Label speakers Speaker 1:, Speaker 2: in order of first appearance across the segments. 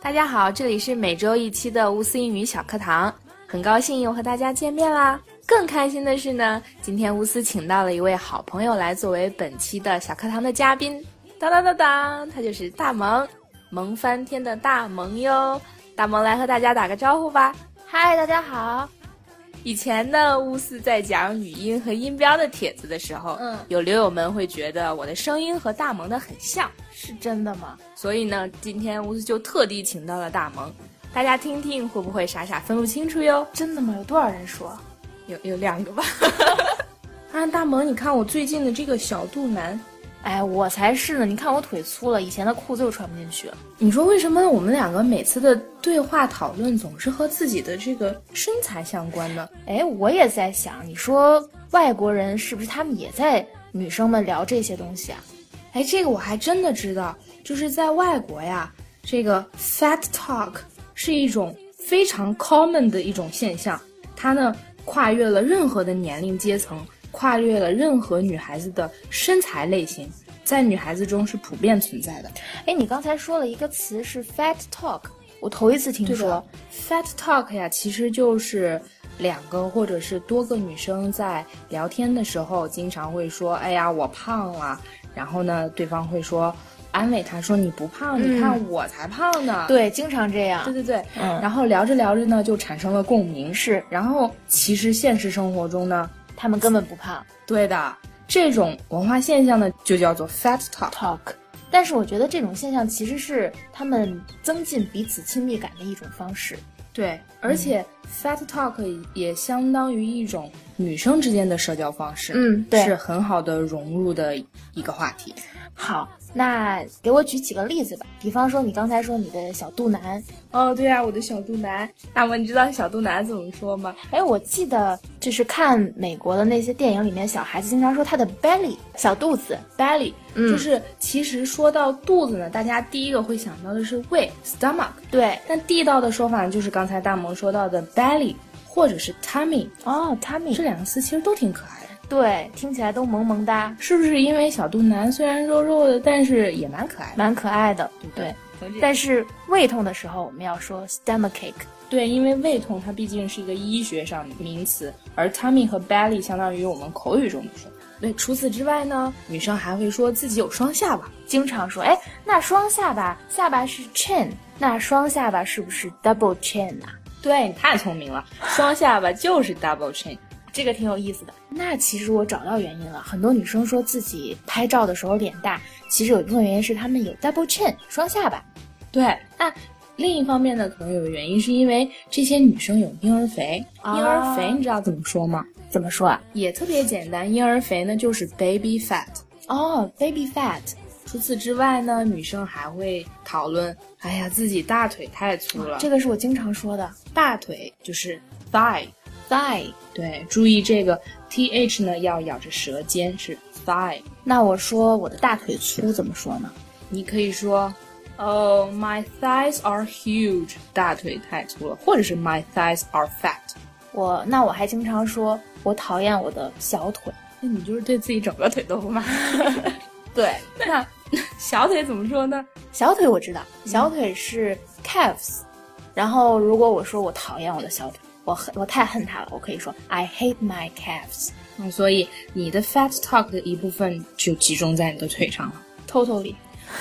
Speaker 1: 大家好，这里是每周一期的乌斯英语小课堂，很高兴又和大家见面啦。更开心的是呢，今天乌斯请到了一位好朋友来作为本期的小课堂的嘉宾。当当当当，他就是大萌，萌翻天的大萌哟。大萌来和大家打个招呼吧。
Speaker 2: 嗨，大家好。
Speaker 1: 以前呢，乌斯在讲语音和音标的帖子的时候，
Speaker 2: 嗯
Speaker 1: 有驴友们会觉得我的声音和大萌的很像，
Speaker 2: 是真的吗？
Speaker 1: 所以呢，今天乌斯就特地请到了大萌，大家听听会不会傻傻分不清楚哟？
Speaker 2: 真的吗？有多少人说？
Speaker 1: 有有两个吧。 啊，大萌，你看我最近的这个小肚腩，
Speaker 2: 哎，我才是呢！你看我腿粗了，以前的裤子又穿不进去。
Speaker 1: 你说为什么我们两个每次的对话讨论总是和自己的这个身材相关呢？
Speaker 2: 哎，我也在想，你说外国人是不是他们也在女生们聊这些东西啊？
Speaker 1: 哎，这个我还真的知道，就是在外国呀，这个 fat talk 是一种非常 common 的一种现象，它呢跨越了任何的年龄阶层，跨越了任何女孩子的身材类型，在女孩子中是普遍存在的。
Speaker 2: 哎，你刚才说了一个词是 fat talk，我头一次听
Speaker 1: 对
Speaker 2: 说
Speaker 1: 的。，fat talk 呀，其实就是两个或者是多个女生在聊天的时候，经常会说：“哎呀，我胖了。”然后呢，对方会说安慰她说：“你不胖，你看我才胖呢。
Speaker 2: 嗯对，经常这样
Speaker 1: 对。对对，
Speaker 2: 嗯
Speaker 1: 然后聊着聊着呢，就产生了共鸣。
Speaker 2: 是，
Speaker 1: 然后其实现实生活中呢，
Speaker 2: 他们根本不胖
Speaker 1: 对的，这种文化现象呢，就叫做 fat talk。
Speaker 2: talk，但是我觉得这种现象其实是他们增进彼此亲密感的一种方式。
Speaker 1: 对，而且 fat talk 也相当于一种女生之间的社交方式，
Speaker 2: 嗯对
Speaker 1: 是很好的融入的一个话题。
Speaker 2: 好，那给我举几个例子吧。比方说，你刚才说你的小肚腩，
Speaker 1: 哦，对啊，我的小肚腩，大萌，你知道小肚腩怎么说吗？
Speaker 2: 哎，我记得就是看美国的那些电影里面，小孩子经常说他的 belly 小肚子
Speaker 1: belly，、
Speaker 2: 嗯
Speaker 1: 就是其实说到肚子呢，大家第一个会想到的是胃 stomach，
Speaker 2: 对，
Speaker 1: 但地道的说法呢，就是刚才大萌说到的 belly 或者是 tummy，
Speaker 2: 哦
Speaker 1: 这
Speaker 2: ，tummy，
Speaker 1: 两个词其实都挺可爱的。
Speaker 2: 对，听起来都萌萌哒，
Speaker 1: 是不是因为小肚腩虽然肉肉的，但是也蛮可爱的？
Speaker 2: 蛮可爱的，对
Speaker 1: 对。从这
Speaker 2: 但是胃痛的时候，我们要说 stomachache，
Speaker 1: 对，因为胃痛它毕竟是一个医学上的名词，而 tummy 和 belly 相当于我们口语中的说法。对，除此之外呢，女生还会说自己有双下巴。
Speaker 2: 经常说，哎，那双下巴，下巴是 chin，那双下巴是不是 double chin 啊？
Speaker 1: 对你太聪明了，双下巴就是 double chin。
Speaker 2: 这个挺有意思的。那其实我找到原因了，很多女生说自己拍照的时候脸大，其实有一部分原因是她们有 double chin 双下巴。
Speaker 1: 对，那另一方面呢，可能有个原因是因为这些女生有婴儿肥。
Speaker 2: 啊
Speaker 1: 婴儿肥你知道怎么说吗？
Speaker 2: 怎么说啊？
Speaker 1: 也特别简单，婴儿肥呢就是 baby fat。
Speaker 2: 哦，baby fat，
Speaker 1: 除此之外呢，女生还会讨论，哎呀，自己大腿太粗了。
Speaker 2: 这个是我经常说的。
Speaker 1: 大腿就是 thigh。
Speaker 2: thigh，
Speaker 1: 对，注意这个 t h 呢要咬着舌尖，是 thigh。
Speaker 2: 那我说我的大腿粗怎么说呢？
Speaker 1: 你可以说，Oh, my thighs are huge，大腿太粗了，或者是 my thighs are fat。
Speaker 2: 我那我还经常说我讨厌我的小腿。
Speaker 1: 那你就是对自己整个腿都不满意。
Speaker 2: 对，
Speaker 1: 那小腿怎么说呢？
Speaker 2: 小腿我知道，小腿是 calves，、然后如果我说我讨厌我的小腿，我很我太恨它了，我可以说 I hate my calves。
Speaker 1: 嗯，所以你的 fat talk 的一部分就集中在你的腿上了。
Speaker 2: totally。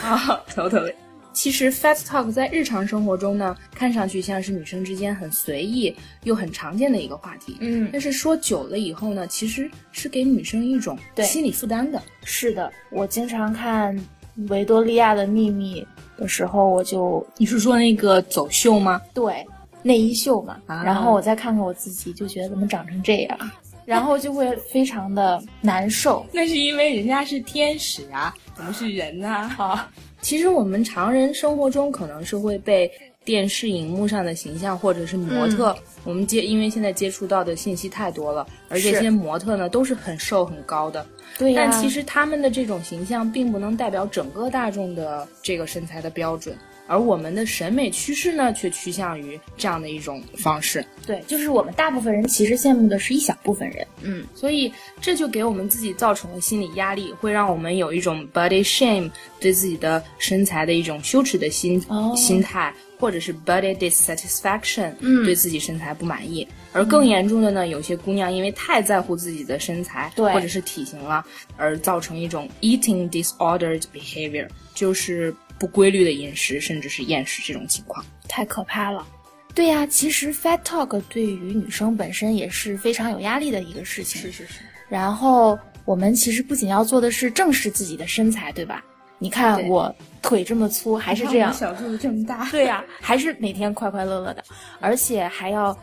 Speaker 1: 啊， 头头尾。其实 fat talk 在日常生活中呢，看上去像是女生之间很随意又很常见的一个话题。
Speaker 2: 嗯，
Speaker 1: 但是说久了以后呢，其实是给女生一种
Speaker 2: 对
Speaker 1: 心理负担的。
Speaker 2: 是的，我经常看《维多利亚的秘密》的时候，我就
Speaker 1: 你是说那个走秀吗？
Speaker 2: 对内衣秀嘛，
Speaker 1: 啊
Speaker 2: 然后我再看看我自己，就觉得怎么长成这样，然后就会非常的难受。
Speaker 1: 那是因为人家是天使啊，怎么是人呢、
Speaker 2: 啊，
Speaker 1: 其实我们常人生活中可能是会被电视荧幕上的形象或者是模特，我们接因为现在接触到的信息太多了，而这
Speaker 2: 是
Speaker 1: 些模特呢都是很瘦很高的，
Speaker 2: 对呀、
Speaker 1: 但其实他们的这种形象并不能代表整个大众的这个身材的标准。而我们的审美趋势呢，却趋向于这样的一种方式。
Speaker 2: 对，就是我们大部分人其实羡慕的是一小部分人。
Speaker 1: 嗯，所以这就给我们自己造成了心理压力，会让我们有一种 body shame 对自己的身材的一种羞耻的心、
Speaker 2: 哦
Speaker 1: 心态，或者是 body dissatisfaction，
Speaker 2: 嗯
Speaker 1: 对自己身材不满意。而更严重的呢，有些姑娘因为太在乎自己的身材
Speaker 2: 对
Speaker 1: 或者是体型了，而造成一种 eating disordered behavior，就是不规律的饮食，甚至是厌食这种情况。
Speaker 2: 太可怕了。对呀、其实 fat talk 对于女生本身也是非常有压力的一个事情。
Speaker 1: 是是，
Speaker 2: 然后我们其实不仅要做的是正视自己的身材，对吧？你看
Speaker 1: 对
Speaker 2: 我腿这么粗，还是这样。
Speaker 1: 小肚子这么大。
Speaker 2: 对呀、还是每天快快乐乐的，而且还要，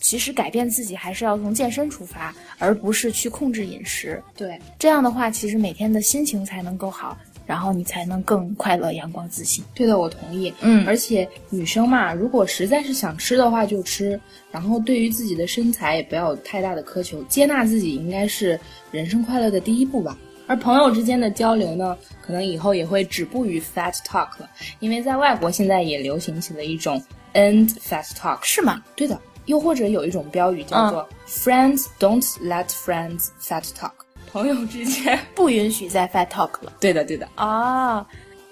Speaker 2: 其实改变自己还是要从健身出发，而不是去控制饮食。
Speaker 1: 对，
Speaker 2: 这样的话，其实每天的心情才能够好，然后你才能更快乐、阳光、自信。
Speaker 1: 对的，我同意。
Speaker 2: 嗯
Speaker 1: 而且女生嘛，如果实在是想吃的话就吃，然后对于自己的身材也不要有太大的苛求，接纳自己应该是人生快乐的第一步吧。而朋友之间的交流呢，可能以后也会止步于 fat talk 了，因为在外国现在也流行起了一种 end fat talk。
Speaker 2: 是吗？
Speaker 1: 对的，又或者有一种标语叫做、friends don't let friends fat talk，朋友之间。
Speaker 2: 不允许再 fat talk 了。
Speaker 1: 对的，对的。
Speaker 2: 哦，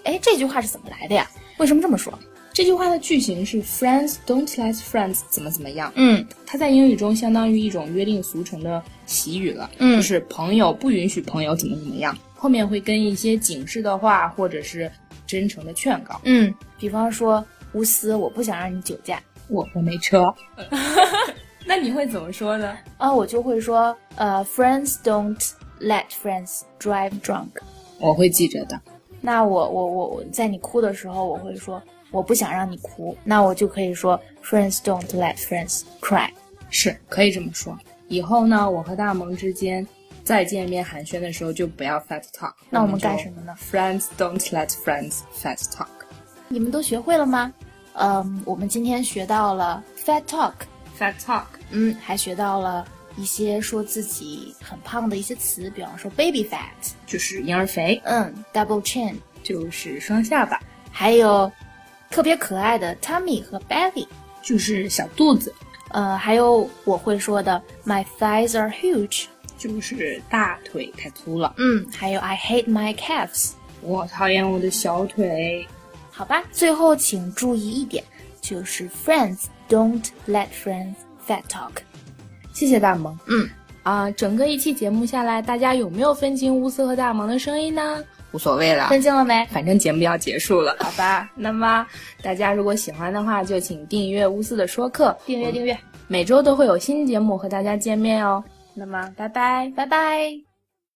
Speaker 2: 哎，这句话是怎么来的呀？为什么这么说？
Speaker 1: 这句话的句型是 friends don't let friends 怎么怎么样。
Speaker 2: 嗯，
Speaker 1: 它在英语中相当于一种约定俗成的习语了，
Speaker 2: 嗯
Speaker 1: 就是朋友不允许朋友怎么怎么样，后面会跟一些警示的话或者是真诚的劝告。
Speaker 2: 嗯，比方说无私，我不想让你酒驾，
Speaker 1: 我我没车， 那你会怎么说呢？
Speaker 2: 啊，我就会说，呃，friends don't let friends drive drunk。
Speaker 1: 我会记着的。
Speaker 2: 那我我我我在你哭的时候，我会说我不想让你哭，那我就可以说 friends don't let friends cry。
Speaker 1: 是可以这么说。以后呢，我和大萌之间再见面寒暄的时候，就不要 fat talk。
Speaker 2: 那我们干什么呢
Speaker 1: ？Friends don't let friends fat talk。
Speaker 2: 你们都学会了吗？嗯，我们今天学到了 fat talk，
Speaker 1: fat talk。
Speaker 2: 嗯，还学到了一些说自己很胖的一些词，比方说 baby fat，
Speaker 1: 就是婴儿肥，
Speaker 2: 嗯，double chin，
Speaker 1: 就是双下巴，
Speaker 2: 还有特别可爱的 tummy 和 belly。
Speaker 1: 就是小肚子，
Speaker 2: 呃，还有我会说的，my thighs are huge，
Speaker 1: 就是大腿太粗了。
Speaker 2: 嗯，还有 I hate my calves，
Speaker 1: 我讨厌我的小腿。
Speaker 2: 好吧。最后请注意一点，就是 friends don't let friends fat talk。
Speaker 1: 谢谢大萌。
Speaker 2: 嗯，
Speaker 1: 啊、整个一期节目下来，大家有没有分清乌斯和大萌的声音呢？无所谓了，
Speaker 2: 分清了没？
Speaker 1: 反正节目要结束了。
Speaker 2: 好吧，
Speaker 1: 那么大家如果喜欢的话，就请订阅乌斯的说课，
Speaker 2: 订阅订阅，
Speaker 1: 每周都会有新节目和大家见面哦。那么，拜拜。
Speaker 2: 拜拜。